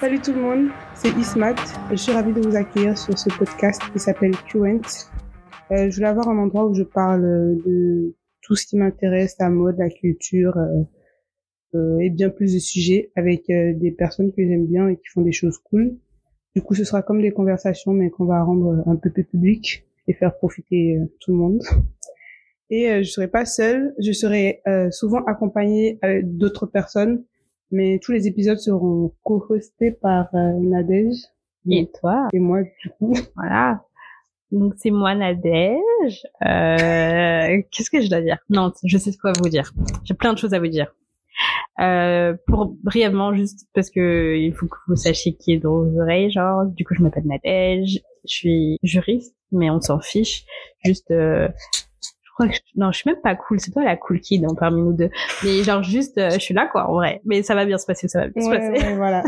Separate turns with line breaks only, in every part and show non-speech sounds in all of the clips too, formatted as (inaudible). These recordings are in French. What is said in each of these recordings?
Salut tout le monde, c'est Ismat. Je suis ravie de vous accueillir sur ce podcast qui s'appelle Current. Euh, je voulais avoir un endroit où je parle de tout ce qui m'intéresse, la mode, la culture euh, euh, et bien plus de sujets avec euh, des personnes que j'aime bien et qui font des choses cool. Du coup, ce sera comme des conversations, mais qu'on va rendre un peu plus public et faire profiter euh, tout le monde. Et euh, je serai pas seule, je serai euh, souvent accompagnée euh, d'autres personnes mais tous les épisodes seront co-hostés par euh, Nadège.
Et toi
Et moi, du coup.
Voilà. Donc c'est moi Nadège. Euh, (laughs) Qu'est-ce que je dois dire Non, je sais ce quoi vous dire. J'ai plein de choses à vous dire. Euh, pour brièvement, juste parce que il faut que vous sachiez qui est dans vos oreilles, genre. Du coup, je m'appelle Nadège. Je suis juriste, mais on s'en fiche. Juste. Euh, non, je suis même pas cool. C'est toi la cool kid hein, parmi nous deux. Mais genre juste, euh, je suis là quoi en vrai. Mais ça va bien se passer, ça va bien se
ouais,
passer.
Ouais, voilà.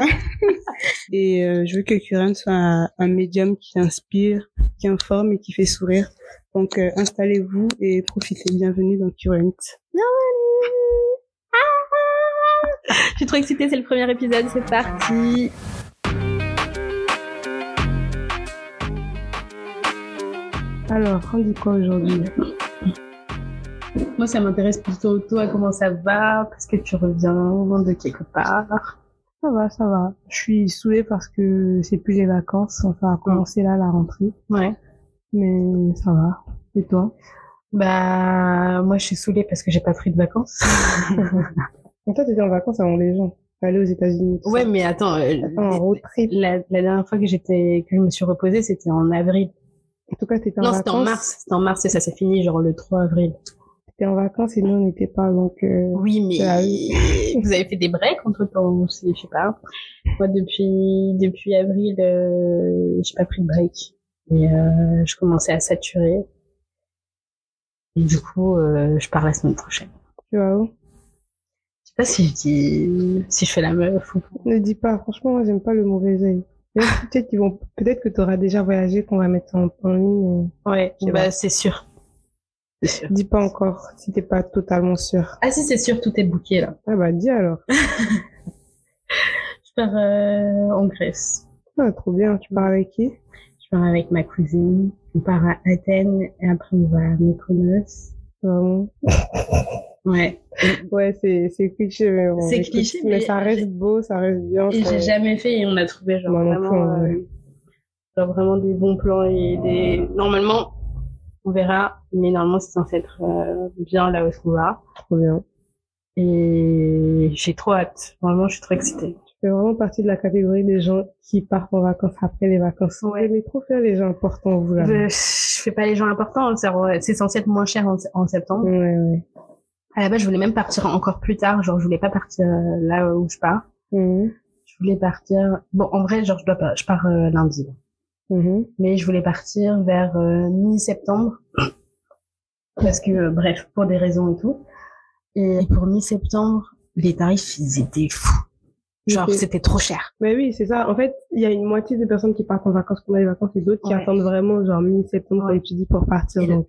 (laughs) et euh, je veux que Curran soit un, un, médium qui inspire, qui informe et qui fait sourire. Donc euh, installez-vous et profitez. Bienvenue dans Current.
Bienvenue. Ah je suis trop excitée. C'est le premier épisode. C'est parti.
Alors, on dit quoi aujourd'hui
moi, ça m'intéresse plutôt toi, comment ça va, parce que tu reviens de quelque part.
Ça va, ça va. Je suis saoulée parce que c'est plus les vacances, enfin, on va commencer là la rentrée.
Ouais.
Mais ça va. Et toi
Bah, moi, je suis saoulée parce que j'ai pas pris de vacances.
mais toi, t'étais en vacances avant les gens. Aller aux États-Unis.
(laughs) Ouais, mais attends, euh,
attends en road trip.
La, la dernière fois que j'étais, que je me suis reposée, c'était en avril.
En tout cas, t'étais en
non,
vacances.
c'était en mars. C'était en mars et ça s'est fini genre le 3 avril.
T'étais en vacances et nous on n'était pas donc. Euh,
Bah oui, mais (laughs) vous avez fait des breaks entre temps aussi, je sais pas. Moi, depuis depuis avril, euh, j'ai pas pris de break et euh, je commençais à saturer. Et du coup, euh, je pars la semaine prochaine.
Tu vas où
Je sais pas si je dis si je fais la meuf ou pas.
Ne dis pas. Franchement, moi, j'aime pas le mauvais œil. Peut-être qu'ils vont, peut-être que tu auras déjà voyagé, qu'on va mettre en, en ligne.
Et... Ouais, bah, va... c'est sûr.
sûr. Dis pas encore, si t'es pas totalement sûr.
Ah si, c'est sûr, tout est bouqué là.
Ah bah dis alors.
je pars euh, en Grèce.
Ah trop bien, tu pars avec qui
Je pars avec ma cousine, on part à Athènes et après on va à Mykonos.
Vraiment
Ouais.
Ouais, c'est, c'est cliché, mais bon,
C'est cliché,
mais, mais, ça reste beau, ça reste bien.
Et j'ai jamais fait et on a trouvé genre
Moi
vraiment,
plan, ouais.
euh, genre vraiment des bons plans et des, normalement, on verra, mais normalement c'est censé être euh, bien là où on va.
Trop bien.
Et j'ai trop hâte. Vraiment, je suis trop excitée.
Je fais vraiment partie de la catégorie des gens qui partent en vacances après les vacances.
Ouais.
Vous aimez trop faire les gens importants, vous là.
Je, je fais pas les gens importants, c'est censé être moins cher en, en septembre.
Ouais, ouais
à la base, je voulais même partir encore plus tard. Genre, je voulais pas partir euh, là où je pars.
Mmh.
Je voulais partir. Bon, en vrai, genre, je dois pas. Je pars euh, lundi.
Mmh.
Mais je voulais partir vers euh, mi-septembre. Parce que, euh, bref, pour des raisons et tout. Et pour mi-septembre, les tarifs, ils étaient fous. Genre, okay. c'était trop cher.
Mais oui, c'est ça. En fait, il y a une moitié des personnes qui partent en vacances pendant les vacances et d'autres qui
Ouais.
attendent vraiment, genre, mi-septembre,
Ouais.
comme tu dis, pour partir.
Et le-
Donc,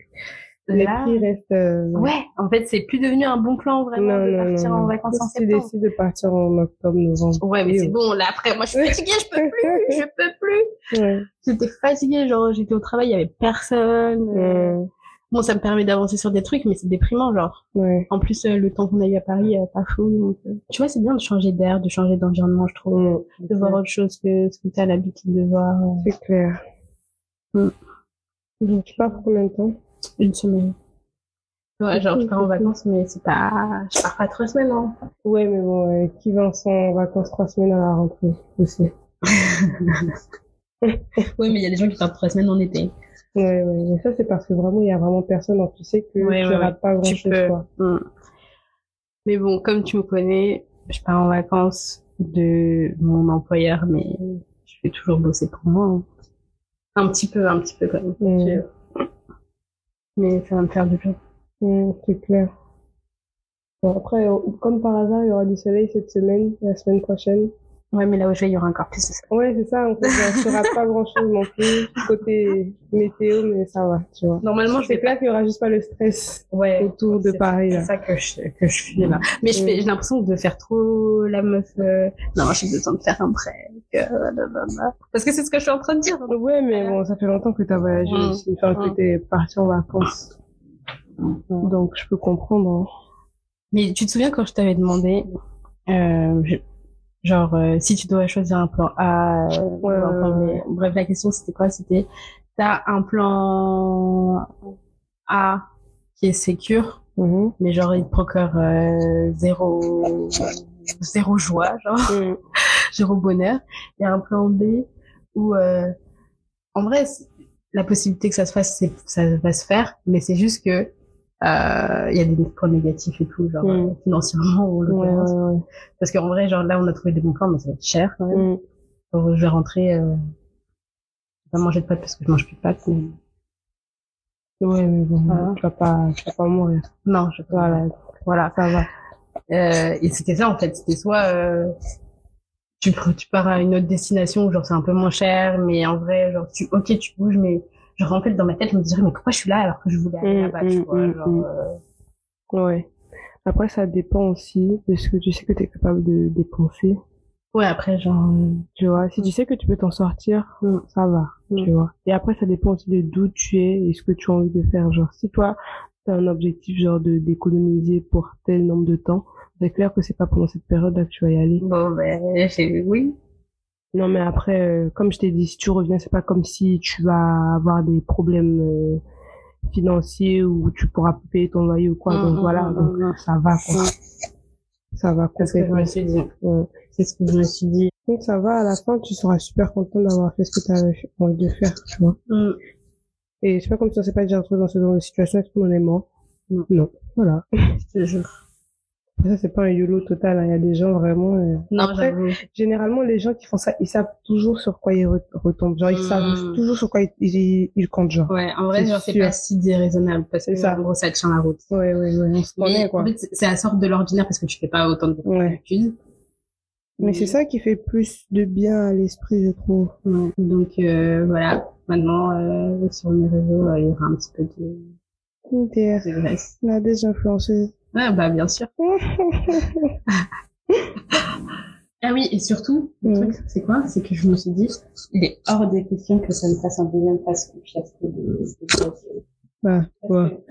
les
Là-
prix restent. euh,
Ouais, en fait, c'est plus devenu un bon plan vraiment
Non,
de
non,
partir
non,
en
non.
vacances en
Si tu
septembre.
décides de partir en octobre, novembre.
Ouais, mais
Oui,
c'est
oui.
bon. Là, après, moi, je suis fatiguée, (laughs) je peux plus, je peux plus.
Ouais.
J'étais fatiguée, genre, j'étais au travail, il y avait personne. euh,
Euh,
Bon, ça me permet d'avancer sur des trucs, mais c'est déprimant, genre.
ouais.
En plus, euh, le temps qu'on a eu à Paris, euh, pas fou. donc, euh, Tu vois, c'est bien de changer d'air, de changer d'environnement, je trouve.
Mm.
De voir autre chose que ce que t'as l'habitude de voir. euh,
C'est clair.
Mm.
Donc, tu pars pour combien de temps
une semaine. Ouais,
C'est
genre,
cool,
je pars en
c'est cool.
vacances, mais c'est pas, je pars pas trois semaines, hein.
Ouais, mais bon, euh, qui va en vacances trois semaines à la rentrée aussi
Ouais, mais il y a des gens qui partent trois semaines en été.
Ouais, ouais, mais ça c'est parce que vraiment il y a vraiment personne, donc tu sais que
Ouais,
tu
ouais,
n'auras pas grand
Tu
chose
peux.
quoi.
Mm. Mais bon, comme tu me connais, je pars en vacances de mon employeur, mais je vais toujours bosser pour moi. hein. Un petit peu, un petit peu quand même.
Mm.
tu vois. Mais ça va me faire du bien.
Mm, c'est clair. Bon, après, euh, comme par hasard, il y aura du soleil cette semaine, la semaine prochaine.
Ouais, mais là où je vais, il y aura encore plus de ça.
Ouais, c'est ça, donc ça sera pas grand chose non plus, côté météo, mais ça va, tu vois.
Normalement, je
C'est
vais
clair qu'il y aura juste pas le stress
Ouais.
autour de
c'est-
Paris,
C'est
là.
ça que je, que je suis là. Mais je fais- j'ai l'impression de faire trop la meuf. euh, Non, j'ai besoin de faire un break. euh, blablabla. Parce que c'est ce que je suis en train de dire.
Ouais, mais
Voilà.
bon, ça fait longtemps que t'as voyagé
Mm.
aussi, enfin,
Mm.
que t'es parti en vacances. Donc, je peux comprendre. hein.
Mais tu te souviens quand je t'avais demandé, euh, je- genre, euh, si tu dois choisir un plan A, euh,
ouais,
ou un plan B.
ouais.
Bref, la question c'était quoi C'était, t'as un plan A qui est sécure,
Mhm.
mais genre il te procure euh, zéro, zéro joie, genre
Mm.
zéro bonheur. Il y a un plan B où, euh, en vrai, c'est- la possibilité que ça se fasse, c'est, ça va se faire, mais c'est juste que euh, il y a des points négatifs et tout, genre
Mm.
euh, financièrement ou
Ouais,
l'occurrence.
ouais, ouais.
Parce qu'en vrai, genre là, on a trouvé des bons plans, mais ça va être cher quand même.
Mm.
Genre, je vais rentrer, euh, je vais pas manger de pâtes parce que je mange plus de pâtes. mais-
Ouais, mais bon,
Voilà.
tu vas pas, tu vas pas mourir.
Non, je
Voilà,
voilà.
ça va.
Euh, et c'était ça en fait, c'était soit euh, tu, pr- tu pars à une autre destination où genre c'est un peu moins cher, mais en vrai genre tu ok tu bouges, mais genre en fait dans ma tête je me dirais mais pourquoi je suis là alors que je voulais aller
Mm,
là-bas, tu
mm,
vois,
mm,
genre,
mm.
euh,
Ouais. Après, ça dépend aussi de ce que tu sais que t'es capable de dépenser.
ouais après genre euh,
Tu vois, si tu sais que tu peux t'en sortir,
Mm.
ça va, tu
Mm.
vois. Et après, ça dépend aussi de d'où tu es et ce que tu as envie de faire. Genre, si toi, t'as un objectif, genre, de d'économiser pour tel nombre de temps, c'est clair que c'est pas pendant cette période-là que tu vas y aller.
bon ben j'ai oui
Non, mais après, euh, comme je t'ai dit, si tu reviens, c'est pas comme si tu vas avoir des problèmes euh, financiers ou tu pourras plus payer ton loyer ou quoi.
Mm,
donc
mm,
voilà,
mm,
donc
mm.
ça va, quoi.
Mm.
Ça va
c'est ce que je
complètement.
me suis dit
Ouais.
c'est ce que je me suis dit
Donc ça va, à la fin, tu seras super content d'avoir fait ce que t'avais envie de faire, tu vois.
Mm.
Et c'est pas comme si on s'est pas déjà retrouvé dans ce genre de situation, est-ce qu'on est mort
Non.
Voilà.
je te jure.
Ça, c'est pas un YOLO total, hein. il y a des gens vraiment... euh,
non
Après,
j'avoue
Généralement, les gens qui font ça, ils savent toujours sur quoi ils re- retombent. Genre, ils
Mm.
savent toujours sur quoi ils, ils, ils comptent, genre.
ouais en vrai
c'est
genre c'est
sûr.
pas si déraisonnable parce
C'est
que
ça.
en gros ça tient la route
Ouais, ouais, ouais, on se
mais
connaît, quoi.
en fait c'est- ça sort de l'ordinaire parce que tu fais pas autant de
Ouais.
études
Mais c'est ça qui fait plus de bien à l'esprit, je trouve.
Ouais, donc euh, voilà, maintenant euh, sur mes réseaux, euh, il y aura un petit peu de,
MDR,
de graisse.
la désinfluenceuse.
Ouais, bah bien sûr. (laughs) Ah oui, et surtout, le
Ouais.
truc, c'est quoi C'est que je me suis dit, il est hors des questions que ça me fasse un deuxième face fiasco de, de- de-
Bah,
parce
ouais.
que-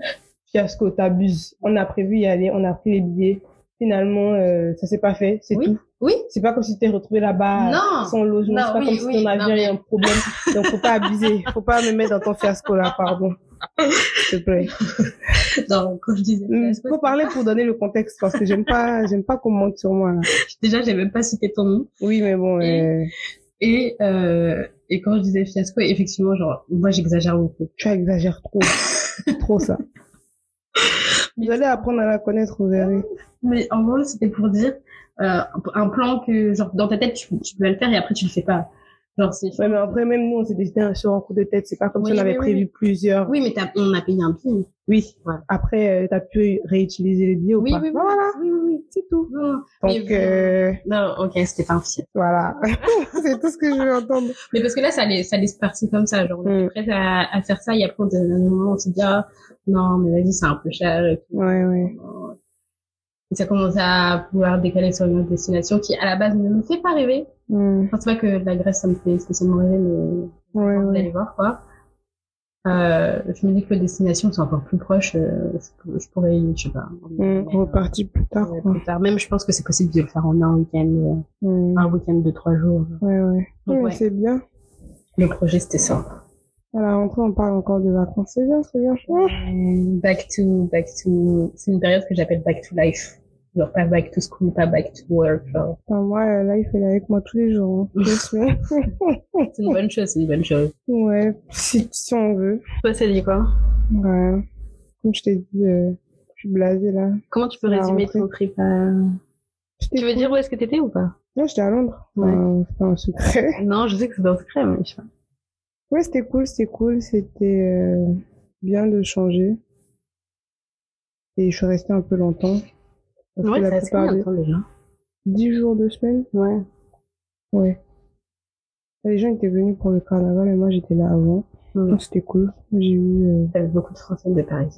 Fiasco, t'abuses. On a prévu y aller, on a pris les billets. Finalement, euh, ça s'est pas fait, c'est
Oui.
tout.
Oui.
C'est pas comme si t'es retrouvé là-bas.
Non.
sans logement.
Non,
C'est pas
oui,
comme si
oui,
ton avion
non,
avait un problème. Donc, faut pas abuser. Faut pas me mettre dans ton fiasco là, pardon. S'il te plaît.
Non, quand je disais
Mm,
(laughs) fiasco,
Faut parler pour donner le contexte parce que j'aime pas, j'aime pas qu'on monte sur moi là.
déjà j'ai même pas cité ton nom.
Oui, mais bon,
Et-
euh,
Et euh, et quand je disais fiasco, effectivement, genre moi j'exagère beaucoup.
tu exagères trop. trop
(laughs)
ça. Vous allez apprendre à la connaître, vous verrez.
Mais en gros, c'était pour dire euh, un plan que genre dans ta tête tu, tu vas le faire et après tu le fais pas. Genre c'est
Ouais, mais après, même nous, on s'est décidé un- sur un coup de tête. C'est pas comme
Oui,
si on avait
oui,
prévu
oui.
plusieurs.
Oui, mais t'as- on a payé un billet.
Oui.
Voilà.
Après, euh, t'as pu réutiliser les billets ou
Oui,
pas.
oui, oui.
Voilà.
Oui, oui, oui.
C'est tout.
Non,
Donc,
Mais-
euh,
non, ok, c'était pas un fiasco.
voilà. (laughs) c'est tout ce que je voulais
(laughs)
entendre.
Mais parce que là, ça allait, ça allait se partir comme ça. Genre, on
Mm.
est prêt à, à faire ça et après, on, un moment, on se dit, ah, non, mais vas-y, c'est un peu cher. Et tout.
Ouais, ouais.
Et ça commence à pouvoir décaler sur une autre destination qui, à la base, ne me fait pas rêver.
Mm.
Enfin, c'est pas que la Grèce, ça me fait spécialement rêver, mais
Ouais,
vous
ouais.
allez voir, quoi. Euh, je me dis que les destinations sont encore plus proches. euh, je, pour- je pourrais, je sais pas.
Mm.
Mais, euh,
Reparti plus tard,
ouais,
quoi.
plus tard. Même, je pense que c'est possible de le faire en un week-end, euh,
Mm.
un week-end de trois jours.
Ouais, ouais.
Donc,
Ouais,
ouais.
C'est bien.
Le projet, c'était ça.
À la rentrée, on parle encore de vacances. C'est bien, c'est bien.
Euh, Back to, back to, c'est une période que j'appelle back to life. Genre pas back to school, pas back to work. genre.
Enfin, moi, euh, là, il fait avec moi tous les jours. hein. Deux
(laughs)
semaines.
C'est une bonne chose, c'est une bonne chose.
ouais, si, si on veut.
Toi, ça dit quoi
Ouais. Comme je t'ai dit, euh, je suis blasée, là.
Comment tu peux
La
résumer
rentrée.
ton trip à...
J'étais
Tu veux dire où est-ce que t'étais ou pas
Non, j'étais à Londres.
Ouais.
Enfin, c'est pas un secret.
Non, je sais que c'est dans le secret, mais je sais pas.
Ouais, c'était cool, c'était cool. C'était euh, bien de changer. Et je suis restée un peu longtemps. Parce
Ouais,
que
ça
la
a
plupart
combien de
des
temps déjà
10 jours, de semaines.
Ouais.
Ouais. Les gens étaient venus pour le carnaval et moi j'étais là avant.
Mm.
Donc, C'était cool. J'ai eu. euh,
T'avais beaucoup de Français de Paris.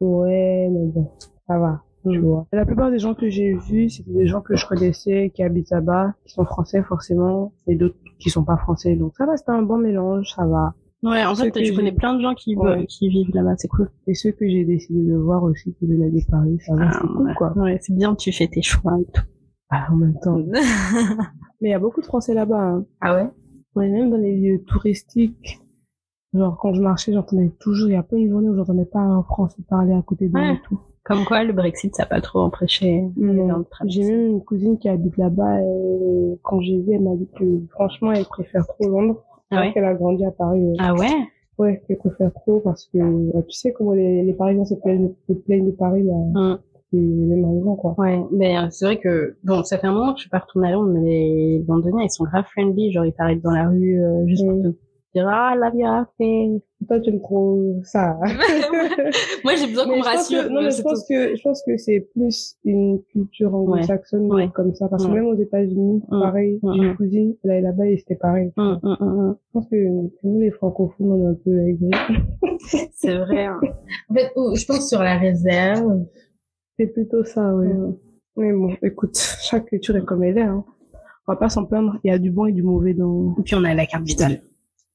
Ouais, mais bon, ça va. Tu
Mm.
vois. La plupart des gens que j'ai vus, c'était des gens que je connaissais, qui habitent là-bas, qui sont français forcément, et d'autres qui sont pas français. Donc ça va, c'était un bon mélange, ça va.
Ouais, en
Ceux
fait,
que
je
j'ai-
connais plein de gens qui,
Ouais.
qui vivent là-bas, c'est cool.
Et ceux que j'ai décidé de voir aussi, qui venaient de Paris, ça va,
Ah,
c'est cool quoi.
Ouais, c'est bien, tu fais tes choix et tout.
Ah, en même temps.
(laughs)
Mais il y a beaucoup de Français là-bas. Hein.
ah ouais
Ouais, même dans les lieux touristiques, genre quand je marchais, j'entendais toujours, il y a pas une journée où j'entendais pas un Français parler à côté de moi
Ouais.
et tout.
Comme quoi, le Brexit, ça a pas trop empêché les gens
Non.
de
J'ai
traverser.
même une cousine qui habite là-bas et quand j'ai vu, elle m'a dit que franchement, elle préfère trop Londres.
Ah
alors
ouais
qu'elle a grandi à Paris. euh.
Ah ouais
Ouais, qu'elle préfère trop parce que euh, tu sais comment les, les Parisiens se plaignent, se plaignent de Paris, là,
Hum,
c'est les mêmes raisons quoi.
Ouais, mais euh, c'est vrai que, bon, ça fait un moment que je suis pas retournée à Londres, mais les Londoniens, ils sont grave friendly, genre ils t'arrêtent dans la rue euh, juste
Oui.
pour te dire « Ah, la via fait
Toi, tu me trouves
(laughs)
ça. hein?
Moi, j'ai besoin
Mais je pense que-
euh,
non, mais je pense que je pense que c'est plus une culture anglo-saxonne
Ouais.
comme ça parce que
Ouais.
même aux États-Unis
Mm.
pareil
Mm.
j'ai une cousine elle allait là-bas et c'était pareil
hum,
je pense que nous les francophones on est un peu aigris
C'est vrai. hein. (laughs) En fait, ou- je pense sur la réserve.
c'est plutôt ça ouais
Mm.
mais bon écoute (laughs) chaque culture est comme elle est hein. on va pas s'en plaindre il y a du bon et du mauvais dans
Et puis, on a la carte vitale.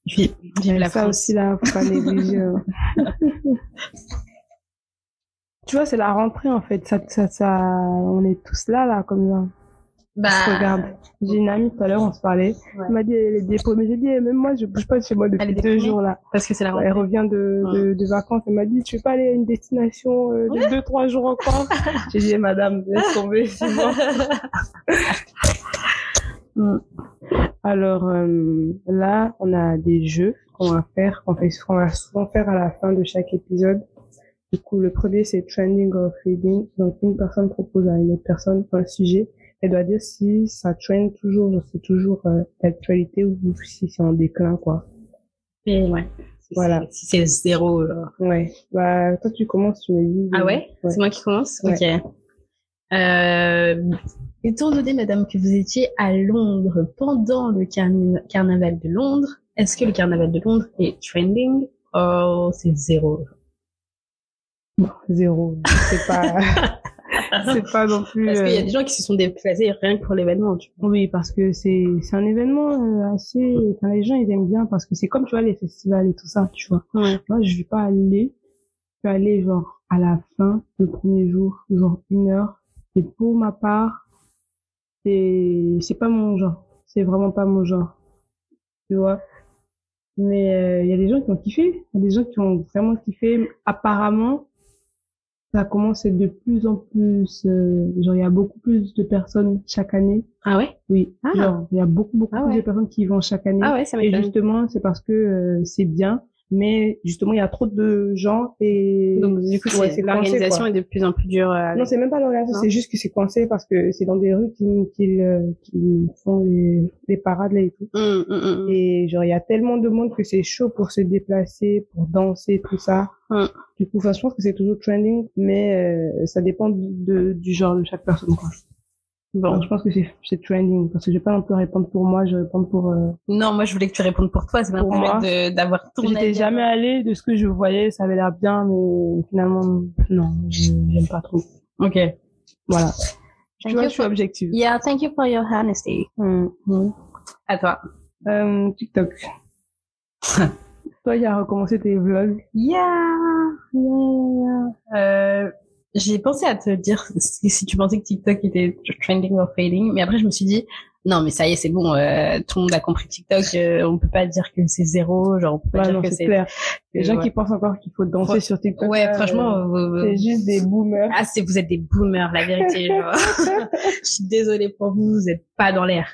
Et puis, vive la
ça
France.
aussi là faut pas négliger
(laughs)
hein. tu vois c'est la rentrée en fait ça ça ça on est tous là là comme ça
Bah,
Regarde, j'ai une amie tout à l'heure, on se parlait.
Ouais.
Elle m'a dit, elle est dépaumée. J'ai dit, eh, même moi, je bouge pas de chez moi
Elle
depuis
est Ah,
deux
dépaumée
jours là.
parce que c'est la (laughs) rentrée.
Elle revient de, de, de vacances. Elle m'a dit, tu veux pas aller à une destination euh, de deux, trois jours
(laughs)
encore J'ai dit, eh, madame, laisse tomber. c'est bon. Alors euh, là, on a des jeux qu'on va faire, qu'on fait, qu'on va souvent faire à la fin de chaque épisode. Du coup, le premier, c'est trending or reading. Donc, une personne propose à une autre personne un sujet. Elle doit dire si ça trend toujours, genre c'est toujours euh, d'actualité ou si c'est en déclin, quoi.
Mais ouais. Si
Voilà.
c'est- Si c'est zéro. genre.
Ouais. Bah, toi, tu commences, tu me dis.
Ah ouais,
Ouais.
C'est moi qui commence
Ouais.
Ok. Euh, étant donné, madame, que vous étiez à Londres pendant le carni- carnaval de Londres, est-ce que le carnaval de Londres est trending Oh, c'est zéro.
Zéro. C'est pas, (laughs) c'est pas non plus.
Parce qu'il y a
euh,
des gens qui se sont déplacés rien que pour l'événement. tu
Oui, parce que c'est c'est un événement euh, assez. Enfin, les gens ils aiment bien parce que c'est comme tu vois les festivals et tout ça, tu vois.
vois.
Moi, je vais pas aller. Je vais aller genre à la fin, le premier jour, genre une heure. Et pour ma part, c'est c'est pas mon genre. C'est vraiment pas mon genre, tu vois. Mais euh, il y a des gens qui ont kiffé. Il y a des gens qui ont vraiment kiffé. Apparemment, ça commence à être de plus en plus. euh, genre, il y a beaucoup plus de personnes chaque année.
Ah ouais
Oui,
Ah.
genre, il y a beaucoup, beaucoup
Ah
plus
ouais.
de personnes qui y vont chaque année.
Ah ouais, ça
et
m'étonne.
justement, c'est parce que euh, c'est bien, mais justement, il y a trop de gens et...
Donc du coup,
Ouais, coincé,
c'est l'organisation
quoi.
est de plus en plus dure. euh,
Non, c'est même pas l'organisation,
Non.
c'est juste que c'est coincé parce que c'est dans des rues qu'ils qu'ils, euh, qu'ils font les, les parades là et tout.
Hum, hum, hum.
Et genre, il y a tellement de monde que c'est chaud pour se déplacer, pour danser, tout ça.
Ouais.
Du coup, enfin, je pense que c'est toujours trending, mais euh, ça dépend de, du genre de chaque personne, quoi.
Bon.
Donc, je pense que c'est c'est trending parce que je vais pas non plus répondre pour moi, je vais répondre pour... euh,
Non, moi je voulais que tu répondes pour toi. C'est pas
Pour moi,
le fait de- d'avoir ton
J'étais
avis.
jamais allée de ce que je voyais, ça avait l'air bien, mais finalement, non, je- j'aime pas trop.
Ok.
Voilà.
Thank
tu vois,
you
je suis
for-
objective.
Yeah, thank you for your honesty.
Hum, hum.
À toi.
Euh, TikTok. Toi, il a recommencé tes vlogs.
Yeah, yeah, yeah. Euh, j'ai pensé à te dire si, si tu pensais que TikTok était trending or fading, mais après je me suis dit non mais ça y est c'est bon, euh, tout le monde a compris TikTok, euh, on peut pas dire que c'est zéro, genre on peut pas
Ouais,
dire
non,
que
c'est
c'est
clair. Les
que-
gens
ouais.
qui pensent encore qu'il faut danser
Ouais,
sur TikTok.
ouais
là,
franchement
euh,
vous- vous-
c'est juste des boomers.
ah c'est vous êtes des boomers la vérité (laughs) genre. je suis désolée pour vous vous êtes pas dans l'air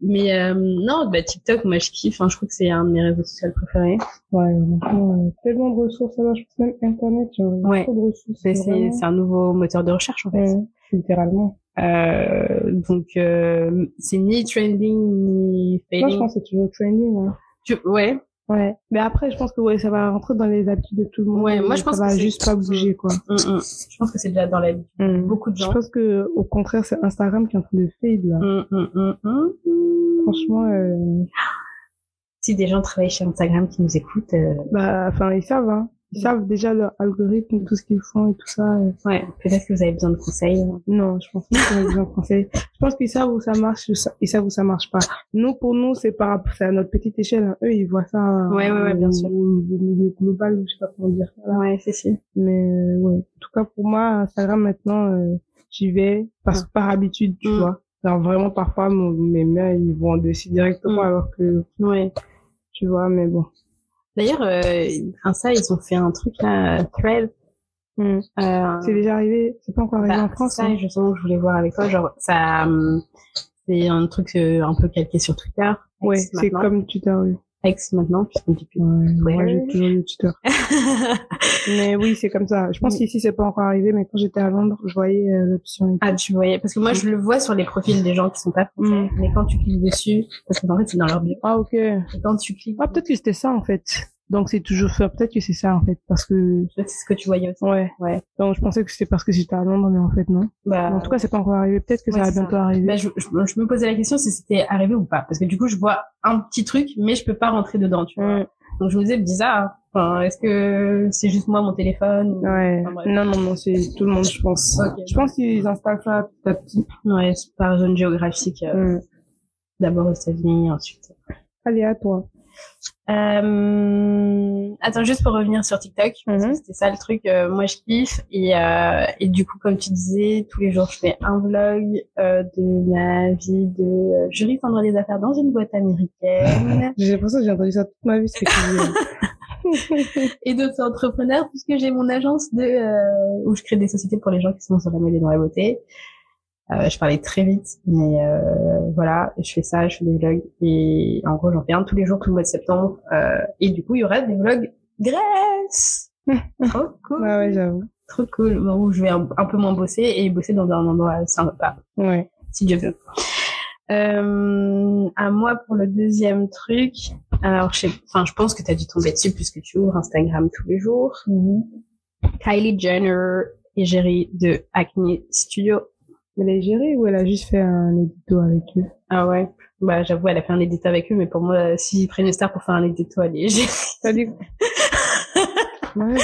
mais euh, non bah TikTok moi je kiffe hein, je crois que c'est un de mes réseaux sociaux préférés
Ouais, franchement, euh, tellement de ressources là-bas, je pense même Internet, genre, il y a
Ouais.
trop de ressources.
c'est Mm. c'est
vraiment-
c'est un nouveau moteur de recherche en fait
Ouais, littéralement.
Euh, donc euh, c'est ni trending ni
Moi, je
fading.
pense que c'est toujours trending, hein.
Tu- ouais,
Ouais. Mais après, je pense que ouais, ça va rentrer dans les habitudes de tout le monde.
Ouais, moi, je pense
ça va
que c'est-
juste pas bouger quoi.
Mm, mm. Je pense que c'est déjà dans la vie.
Mm.
Beaucoup de gens.
Je pense que au contraire, c'est Instagram qui est en train de fade là.
Mm, mm, mm, mm.
Franchement, euh,
si des gens travaillent chez Instagram qui nous écoutent, euh,
bah, enfin, ils savent, hein. Ils
Mm.
savent déjà leur algorithme, tout ce qu'ils font et tout ça. euh.
ouais, peut-être que vous avez besoin de conseils.
Non, je pense pas qu'ils ont besoin de conseils. Je pense qu'ils savent où ça marche, ils sa- ils savent où ça marche pas. Nous, pour nous, c'est par rapport c'est à notre petite échelle. hein. Eux, ils voient ça.
Ouais, ouais, ouais, bien sûr.
Au au milieu global, ou je sais pas comment dire ça. là.
Ouais, c'est sûr.
Mais euh, ouais, en tout cas pour moi, Instagram maintenant, euh, j'y vais parce par habitude, tu
Mm.
vois. Alors vraiment parfois mon- mes mains ils vont dessus directement
Mm.
alors que
Ouais.
tu vois, mais bon.
D'ailleurs, euh, Insta, ils ont fait un truc là, Thread.
Mm.
Euh,
C'est déjà arrivé, c'est pas encore arrivé
bah,
en France.
ça,
hein.
justement, que je voulais voir avec toi. Genre, ça, hum, c'est un truc euh, un peu calqué sur Twitter.
Ouais,
Ex
c'est
maintenant.
comme Twitter. Oui.
Ex maintenant, puisqu'on dit plus.
Ouais, Moi
Twitter.
j'ai toujours eu Twitter. (laughs) mais oui, c'est comme ça. Je pense
Oui.
qu'ici c'est pas encore arrivé, mais quand j'étais à Londres, je voyais euh, l'option.
Ah, tu voyais. Parce que moi, je le vois sur les profils des gens qui sont pas français. Mais quand tu cliques dessus, parce que en fait, c'est dans leur bio.
Ah ok.
Et quand tu cliques,
Ah peut-être que c'était ça en fait. Donc c'est toujours ça. Peut-être que c'est ça en fait parce que
c'est ce que tu voyais aussi.
ouais. Ah,
Ouais.
Donc je pensais que c'était parce que j'étais à Londres, mais en fait non.
Bah,
En tout cas, c'est pas encore arrivé. Peut-être que
Ouais,
ça va
c'est ça.
bientôt arriver.
bah, je, je, je me posais la question si c'était arrivé ou pas. Parce que du coup, je vois un petit truc, mais je peux pas rentrer dedans, tu vois.
Ouais.
Donc, je me disais bizarre. Enfin, est-ce que c'est juste moi, mon téléphone? ou-
Ouais.
Enfin, bref.
non, non, non, c'est tout le monde, je pense.
Ok.
Je pense qu'ils installent ça petit à petit.
Ouais, c'est par zone géographique. euh,
Mm.
D'abord aux États-Unis, ensuite.
Allez, à toi.
Euh, Attends, juste pour revenir sur TikTok, parce que
Mhm.
c'était ça le truc. euh, moi, je kiffe et euh, et du coup, comme tu disais, tous les jours, je fais un vlog euh, de ma vie de euh, juriste en droit des affaires dans une boîte américaine
J'ai l'impression que j'ai entendu ça toute ma vie, (laughs) c'est que
et d'autres entrepreneurs, puisque j'ai mon agence de euh, où je crée des sociétés pour les gens qui sont sur la mode et dans la beauté. Euh, je parlais très vite, mais euh, voilà, je fais ça, je fais des vlogs et en gros j'en fais un tous les jours tout le mois de septembre. Euh, et du coup il y aura des vlogs Grèce. Trop cool.
Ouais, ouais, j'avoue.
Trop cool. Bon, où je vais un, un peu moins bosser et bosser dans un endroit sympa,
Ouais.
si Dieu veut. Euh, à moi pour le deuxième truc. Alors je sais, enfin je pense que t'as dû tomber dessus puisque tu ouvres Instagram tous les jours. Kylie Jenner, égérie de Acne Studio.
Elle est gérée ou elle a juste fait un édito avec eux
Ah ouais. Bah, j'avoue, elle a fait un édito avec eux, mais pour moi, euh, s'ils prennent une star pour faire un édito, allez, j'ai...
Salut Ouais.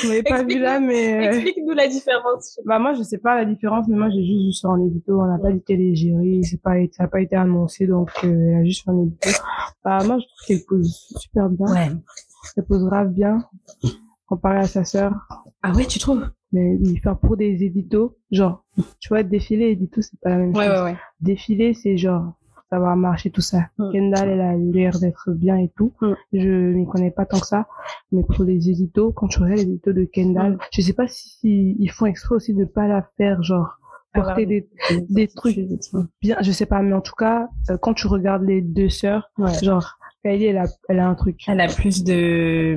Vous m'avez pas vu là, mais... euh,
(laughs) Explique-nous la différence.
Bah moi je sais pas la différence mais moi j'ai juste vu sur un édito on n'a pas dit qu'elle est gérée c'est pas ça a pas été annoncé donc euh, elle a juste fait un édito bah moi je trouve qu'elle pose super bien
Ouais.
elle pose grave bien comparé à sa sœur
Ah ouais, tu trouves?
mais oui, faire pour des éditos genre tu vois défilé édito c'est pas la même chose
ouais.
défilé c'est genre ça va marcher tout ça
Mm.
Kendall elle a l'air d'être bien et tout
Mm.
je m'y connais pas tant que ça mais pour les éditos quand tu regardes les éditos de Kendall
Mm.
je sais pas si, si ils font exprès aussi de pas la faire genre porter
Avoir
des
des,
des trucs.
attitudes.
bien je sais pas mais en tout cas euh, quand tu regardes les deux sœurs
Ouais. Ah,
genre Kylie elle a elle a un truc
Elle a plus de,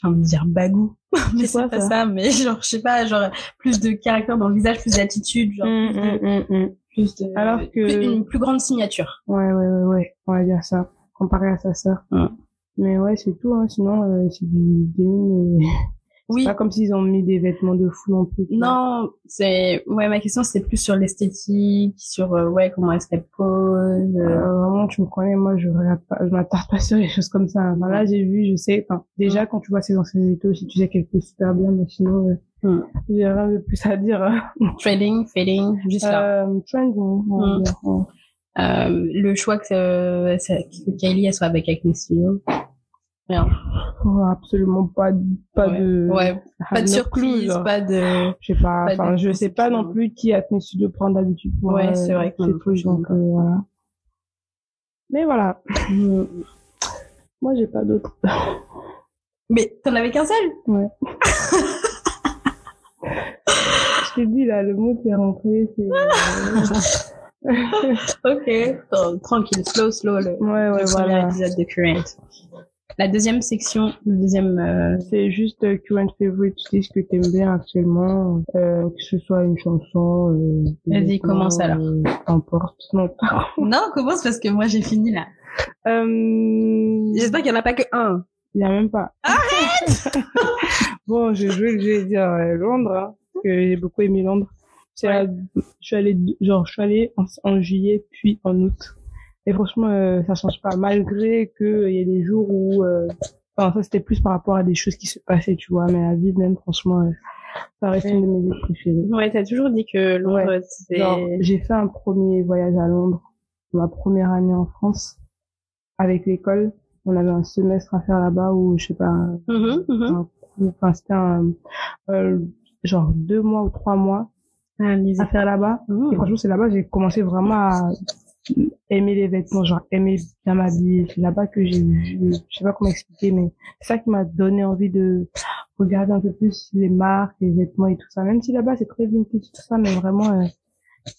j'ai envie de dire bagou. mais
quoi,
c'est pas
ça
ça, mais (laughs) genre, je sais pas, genre, plus de caractère dans le visage, plus d'attitude, genre,
Mm, mm, mm, mm.
plus de...
Alors que-
plus- Une plus grande signature.
Ouais, ouais, ouais, ouais, on va dire ça, comparé à sa sœur.
Ouais.
Mais ouais, c'est tout, hein. sinon euh, c'est du (laughs) denim. et-
Oui.
Pas comme s'ils ont mis des vêtements de fou non plus. tu vois.
Non, c'est ouais ma question c'est plus sur l'esthétique, sur euh, ouais comment est-ce qu'elle pose.
Euh,
euh,
vraiment, tu me connais, moi je regarde pas, je m'attarde pas (laughs) sur les choses comme ça. hein. Enfin, là, j'ai vu, je sais, enfin, déjà quand tu vois ses anciennes étoiles, si tu sais qu'elle peut super bien, mais sinon, euh,
Mm.
j'ai rien de plus à dire. hein.
Trading, fading, juste là.
Euh, trend, on va
Mm.
dire, ouais.
Euh, le choix que, euh, c'est- que Kylie elle soit avec Acne Studio. Rien.
On a absolument pas, pas
ouais.
de,
Ouais, pas de
no Mm. clue,
surprise,
genre.
pas de.
je sais pas,
Pas
enfin,
de-
je sais pas non plus qui a tenu de prendre d'habitude pour
Ouais,
euh,
c'est vrai que
ces
non,
trucs, donc euh, voilà. Mais voilà,
Mm.
moi j'ai pas d'autres. (laughs)
Mais t'en avais qu'un seul.
Je t'ai dit là, le mot qui est rentré,
(laughs)
c'est. euh, ouais,
Ok. Attends, Tranquille, slow, slow le.
ouais,
le premier
voilà.
épisode de Current. La deuxième section, le deuxième. euh,
C'est juste euh, current favorite, tu dis ce que t'aimes bien actuellement, euh, que ce soit une chanson. Euh, des
Vas-y,
vêtements,
commence alors.
euh, Qu'importe. Non,
(laughs) Non, commence parce que moi j'ai fini là.
(laughs) Euh,
J'espère qu'il n'y en a pas que un.
Il n'y a même pas. Arrête (laughs) Bon, j'ai joué le jeu dire euh, Londres, hein, parce que j'ai beaucoup aimé Londres. C'est la- Je suis allée, deux- genre, je suis allée en, en juillet, puis en août. Et franchement, euh, ça change pas, malgré que euh, il y a des jours où... euh, Enfin, ça, c'était plus par rapport à des choses qui se passaient, tu vois. Mais la ville, même, franchement, euh, ça reste une de mes villes préférées.
Ouais, t'as toujours dit que Londres, c'est...
Genre, j'ai fait un premier voyage à Londres, ma première année en France, avec l'école. On avait un semestre à faire là-bas où, je sais pas,
Mhm, mhm.
un cours- enfin, c'était un, euh, genre deux mois ou trois mois
Ah, Lisa.
à faire là-bas. Et franchement, c'est là-bas que j'ai commencé vraiment à aimer les vêtements, genre aimer bien m'habiller. C'est là-bas que j'ai vu, je sais pas comment expliquer, mais c'est ça qui m'a donné envie de regarder un peu plus les marques, les vêtements et tout ça. Même si là-bas c'est très vintage tout ça, mais vraiment, euh,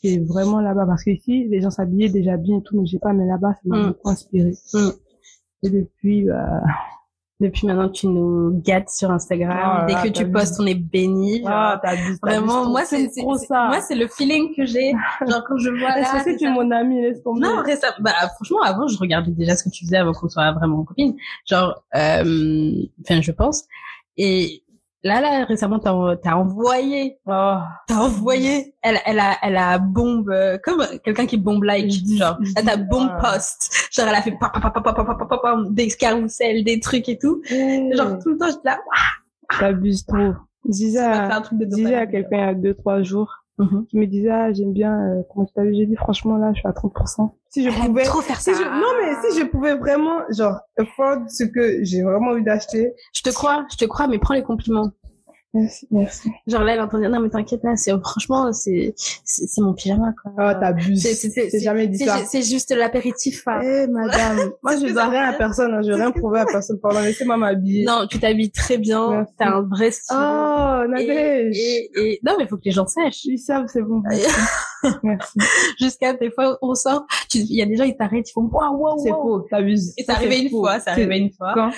c'est vraiment là-bas. Parce que ici, les gens s'habillaient déjà bien et tout, mais je sais pas, mais là-bas, ça m'a
Mm.
beaucoup inspiré.
Mm.
Et depuis, bah,
Depuis maintenant, tu nous gâtes sur Instagram.
Ah,
Dès
là,
que
t'as
tu
vu.
postes, on est béni.
t'as vu, t'as vu
Vraiment,
ce
moi,
truc,
c'est, c'est-
trop
c'est-
ça.
moi, c'est le feeling que
(laughs)
j'ai. Genre, quand je vois
Est-ce
là.
que
c'est
tu es
ça.
mon ami, laisse tomber.
Non, récemment, bah, franchement, avant, je regardais déjà ce que tu faisais avant qu'on soit vraiment copine. Genre, euh, enfin, je pense. Et là, là, récemment, t'as, t'as envoyé,
Oh.
t'as envoyé, elle, elle a, elle a bombe, euh, comme quelqu'un qui bombe like, genre, là, t'as bombe
Ah.
post. Genre, elle a fait pa, pa, pa, pa, pa, pa, pa, pa, pa, pa, des carousels, des trucs et tout. Genre, tout le temps, je là,
T'abuses trop. Je disais
va faire
à,
un truc de
je disais à
dopamine.
quelqu'un il y a deux, trois jours,
Mhm.
qui me disait, ah, j'aime bien, euh, comment tu t'as vu? J'ai dit, franchement, là, je suis à 30%. Si je
Elle aime
pouvais,
trop faire
Si
ça.
je- non, mais si je pouvais vraiment, genre, afford ce que j'ai vraiment envie d'acheter,
Je te crois, je te crois, mais prends les compliments.
Merci, merci.
Genre là, elle entend dire, non, mais t'inquiète, là, c'est, franchement, c'est, c'est c'est mon pyjama, quoi.
Ah, t'abuses.
C'est- c'est- c'est-
J'ai jamais dit
C'est
ça.
ju- c'est juste l'apéritif. hein.
Eh,
(laughs)
madame. Moi,
C'est
je
ce
dois
que
rien
ça
à
fait.
personne, hein. Je
C'est
vais
ce
rien
que
prouver à personne. Pardon, laissez-moi m'habiller.
Non, tu t'habilles très bien,
Merci.
t'as un vrai style.
Oh,
Et-
Nadège.
et, et- non, mais faut que les gens sachent.
Ils savent, c'est bon.
Aïe.
Merci.
Jusqu'à des fois, on sort, tu- il y a des gens, ils t'arrêtent, ils font waouh, waouh,
C'est
waouh.
faux, t'abuses.
Oh, Et c'est
Ça,
arrivé
c'est
une
faux.
fois, c'est arrivé une fois,
Quand?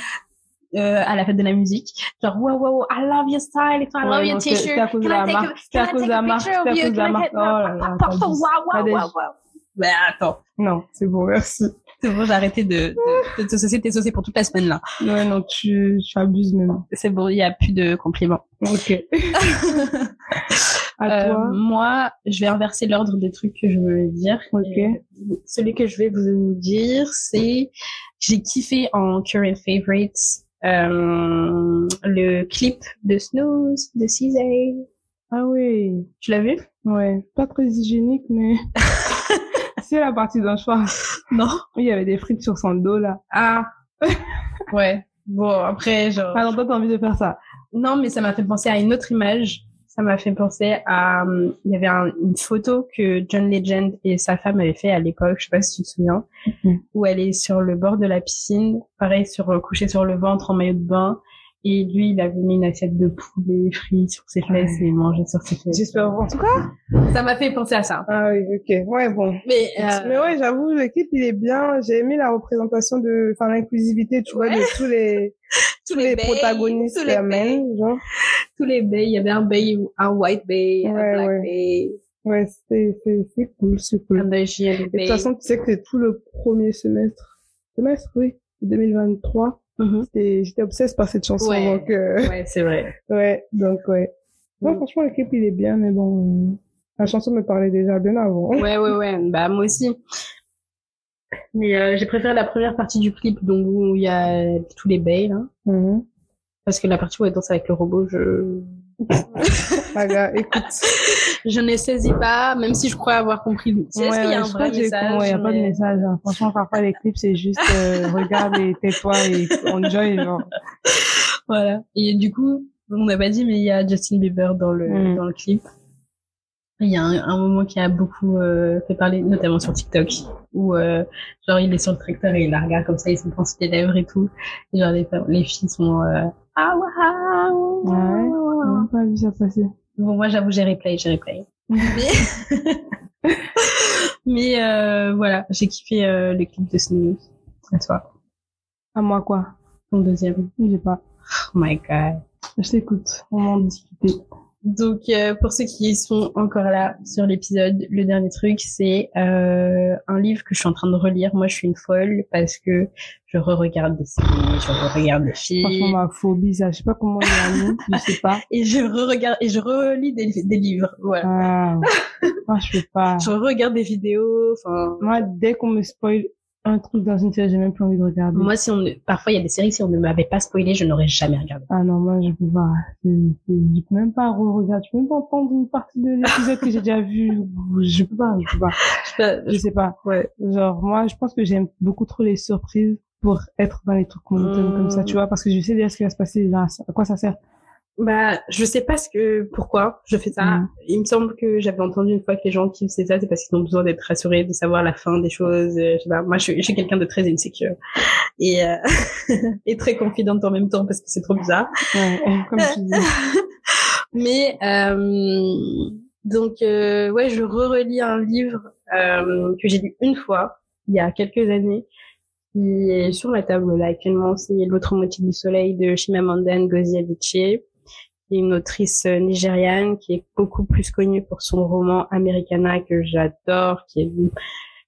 euh, à la fête de la musique. Genre, waouh, waouh, I love your style, et tout, I
Ouais,
love
non,
your
c'est-
t-shirt.
C'est à cause de
Can I
la
take a-
marque. C'est à
can I
cause de
take a
la marque. C'est
picture
à
of
cause
you?
de
Can
la
I
marque.
get-
Oh là là.
Parfois,
t'abuses.
waouh, waouh,
Nadège.
waouh, waouh. Ben, attends.
Non, c'est bon, merci.
C'est bon, j'ai arrêté de, de, de te saucer, t'es saucé pour toute la semaine là.
Ouais, non, tu, tu abuses même.
C'est bon, il n'y a plus de compliments. (laughs)
Ok. à
Euh,
toi.
moi, je vais inverser l'ordre des trucs que je veux dire.
Ok.
Euh, celui que je vais vous dire, c'est j'ai kiffé en current favorites euh, le clip de Snooze de CZ.
Ah oui.
Tu l'as vu
Ouais. Pas très hygiénique,
(laughs)
mais. c'est la partie d'un choix.
Non.
Il y avait des frites sur son dos, là.
Ah. ouais. Bon, après, genre.
Ah non, toi, t'as envie de faire ça.
Non, mais ça m'a fait penser à une autre image. Ça m'a fait penser à. euh, Il y avait un- une photo que John Legend et sa femme avaient fait à l'époque, je sais pas si tu te souviens,
Mhm.
où elle est sur le bord de la piscine, pareil, sur euh, couchée sur le ventre en maillot de bain. Et lui, il avait mis une assiette de poulet frit sur ses fesses et il mangeait sur ses fesses.
J'espère. En tout cas.
Ça m'a fait penser à ça.
Ah oui, ok. Ouais, bon.
Mais, euh,
Mais ouais, j'avoue, le clip, il est bien. J'ai aimé la représentation de, enfin, l'inclusivité, tu vois, de tous
(laughs)
les, tous les
bays,
protagonistes
tous
qui
les bays,
amènent, genre.
tous les bays, il y avait un bay, un white bay, un
Ouais,
black
ouais.
bay,
Ouais, c'est, c'est, c'est cool, c'est cool.
un dodgy, un
Et de
bay.
toute façon, tu sais que c'est tout le premier semestre, semestre, oui, 2023.
Mhm.
C'était- J'étais obsesse par cette chanson,
Ouais.
donc euh, (laughs)
Ouais, c'est vrai.
ouais, donc ouais. Non,
Mm.
franchement, le clip il est bien, mais bon, euh, la chanson me parlait déjà bien avant. (laughs)
Ouais, ouais, ouais. Bah, moi aussi. Mais euh, j'ai préféré la première partie du clip, donc où il y a tous les bails, là.
Mhm.
Parce que la partie où elle danse avec le robot, je...
Ah, gars, écoute,
Je ne saisis pas, même si je crois avoir compris. Est-ce
Ouais,
qu'il y
ouais,
a un
je
vrai
crois que j'ai-
message
ouais, y a pas de
mais-
message. hein. Franchement,
(laughs)
parfois les clips c'est juste euh, regarde et tais-toi et enjoy genre.
(laughs) Voilà. Et du coup, on n'a pas dit, mais il y a Justin Bieber dans le,
Mm.
dans le clip. Il y a un, un moment qui a beaucoup euh, fait parler, notamment sur TikTok, où euh, genre il est sur le tracteur et il la regarde comme ça, il se prend sur les lèvres et tout. Et genre les, femmes- les filles sont euh, ah waouh.
Ouais. Non, pas vu ça passer.
Bon, moi j'avoue, j'ai replay, j'ai replay.
Mm.
Mais, (laughs) mais euh, voilà, j'ai kiffé euh, le clip de Snooze. À toi,
À moi quoi
ton deuxième.
J'ai pas.
Oh my god.
Je t'écoute. On va en discuter.
Donc euh, pour ceux qui sont encore là sur l'épisode, le dernier truc c'est euh, un livre que je suis en train de relire. Moi je suis une folle parce que je re-regarde des séries, je re-regarde des
Franchement,
films
ma phobie, ça, je sais pas comment il y a un nom, je sais
(laughs)
pas.
et je re-regarde et je relis des, des livres. Voilà.
Ah, moi, je sais pas.
Je regarde des vidéos. Enfin
Moi, dès qu'on me spoil un truc dans une série, j'ai même plus envie de regarder.
moi si on ne- parfois il y a des séries si on ne m'avait pas spoilé je n'aurais jamais regardé.
Ah non, moi, je peux pas. Je, je, je peux même pas re-regarder. Je peux même pas entendre une partie de l'épisode que j'ai déjà vu. Je peux pas, je peux pas. Je sais pas.
Ouais.
Genre, moi, je pense que j'aime beaucoup trop les surprises pour être dans les trucs monotones comme ça,
Mm.
tu vois, parce que je sais déjà ce qui va se passer, genre, à quoi ça sert.
Bah, je sais pas ce que, pourquoi je fais ça.
Mhm.
Il me semble que j'avais entendu une fois que les gens qui faisaient ça, c'est parce qu'ils ont besoin d'être rassurés, de savoir la fin des choses. euh, Je sais pas. Moi, je suis, je suis quelqu'un de très insécure et, euh, (laughs) et très confidente en même temps parce que c'est trop bizarre.
Ouais, (laughs) comme tu dis.
Mais euh, donc euh, ouais, je re-relis un livre euh, que j'ai lu une fois il y a quelques années qui est sur la table là actuellement. C'est l'autre moitié du soleil de Chimamanda Ngozi Adichie, qui est une autrice euh, nigériane qui est beaucoup plus connue pour son roman Americana que j'adore, qui est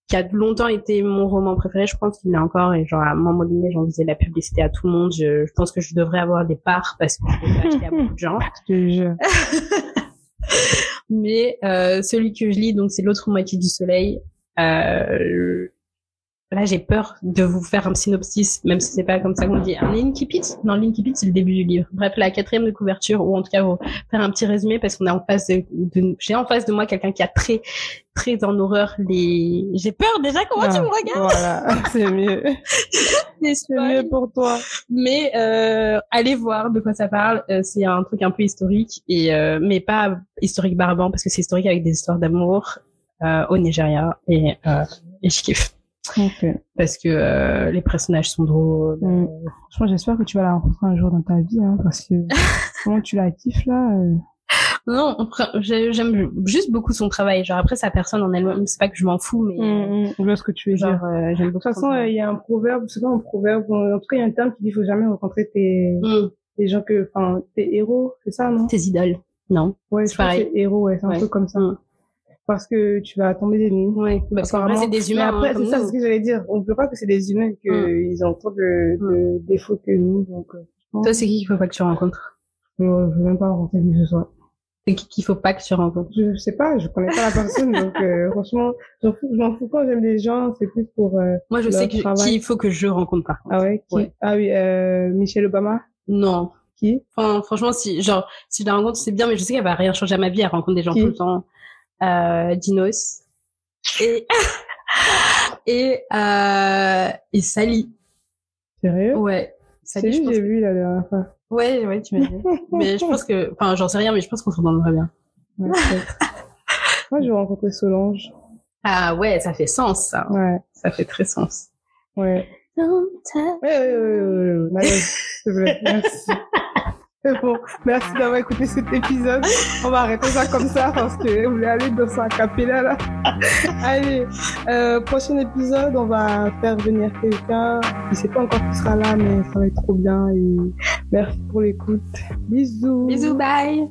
qui a longtemps été mon roman préféré, je pense qu'il l'est encore, et genre, à un moment donné, j'en faisais la publicité à tout le monde, je, je pense que je devrais avoir des parts parce que je l'ai acheté à beaucoup de gens.
Je te
(laughs)
jure.
Mais euh, celui que je lis, donc c'est l'autre moitié du soleil. Euh, là, j'ai peur de vous faire un synopsis, même si c'est pas comme ça qu'on dit. Un incipit Non, l'incipit c'est le début du livre. Bref, la quatrième de couverture, ou en tout cas vous faire un petit résumé parce qu'on a en face de, de- j'ai en face de moi quelqu'un qui a très, très en horreur les. J'ai peur déjà. Comment tu
Ah,
me regardes
Voilà, (laughs) c'est mieux. C'est
Les spoils.
mieux pour toi.
mais euh, allez voir de quoi ça parle. Euh, c'est un truc un peu historique et euh, mais pas historique barbant parce que c'est historique avec des histoires d'amour euh, au Nigeria et, euh, et je kiffe
Ok.
parce que euh, les personnages sont drôles.
Mm. Franchement, j'espère que tu vas la rencontrer un jour dans ta vie, hein, parce que comment tu la kiffes là euh,
Non, on pre- j'ai- j'aime juste beaucoup son travail. Genre après sa personne en elle-même, c'est pas que je m'en fous, mais euh,
Je vois ce que tu veux dire.
Mm, genre euh, j'aime beaucoup.
Mm. toute
son
façon, euh,
travail.
il y a un proverbe, c'est pas un proverbe, en tout cas, il y a un terme qui dit faut jamais rencontrer tes,
Mm.
tes gens que, enfin, tes héros, c'est ça, non?
Tes idoles, non
Ouais,
C'est
je pense
pareil.
que c'est héros, ouais, c'est
Ouais.
un peu comme ça.
Mm.
Parce que tu vas tomber des nues.
Ouais, bah, parce qu'en vrai
Apparemment.
c'est
Mais
des humains. hein,
après,
comme
c'est ça,
nous. Mm.
c'est ce que j'allais dire. On ne peut pas que c'est des humains qu'ils ont autant de, de défauts que nous, donc, euh,
Toi c'est qui qu'il faut pas que tu rencontres
non, je veux même pas rencontrer qui que ce soit.
C'est qui qu'il faut pas que tu rencontres
Je sais pas, je connais pas la
(laughs)
personne, donc, euh, franchement, j'en fous, je m'en fous quand j'aime les gens, c'est plus pour, euh,
Moi je
Leur
sais que
travail.
qui il faut que je rencontre par contre.
ah ouais, qui?
Ouais.
Ah oui, euh, Michelle Obama,
Non.
qui?
Enfin, franchement, si, genre, si je la rencontre, c'est bien, mais je sais qu'elle va rien changer à ma vie. Elle rencontre des gens
Qui
tout le temps. Euh, Dinos. Et, (laughs) et, euh, et Sally.
Sérieux?
Ouais.
C'est
Sally, Oh, je
lui,
pense.
j'ai vu la dernière fois.
Ouais, ouais, tu
(laughs)
m'as dit. mais je pense que, enfin, j'en sais rien, mais je pense qu'on s'entendrait bien. (laughs)
Ouais, c'est- Moi, j'ai rencontré Solange.
Ah ouais, ça fait sens, ça.
Ouais,
Ça fait très sens.
ouais. Ouais, ouais, ouais, ouais, ouais. Madame, s'il te plaît, merci. C'est bon, merci d'avoir écouté cet épisode. On va arrêter ça comme ça parce que vous voulez aller dans sa capella là. Allez, euh, prochain épisode, on va faire venir quelqu'un. Je sais pas encore qui sera là, mais ça va être trop bien. Et merci pour l'écoute. Bisous.
Bisous, bye!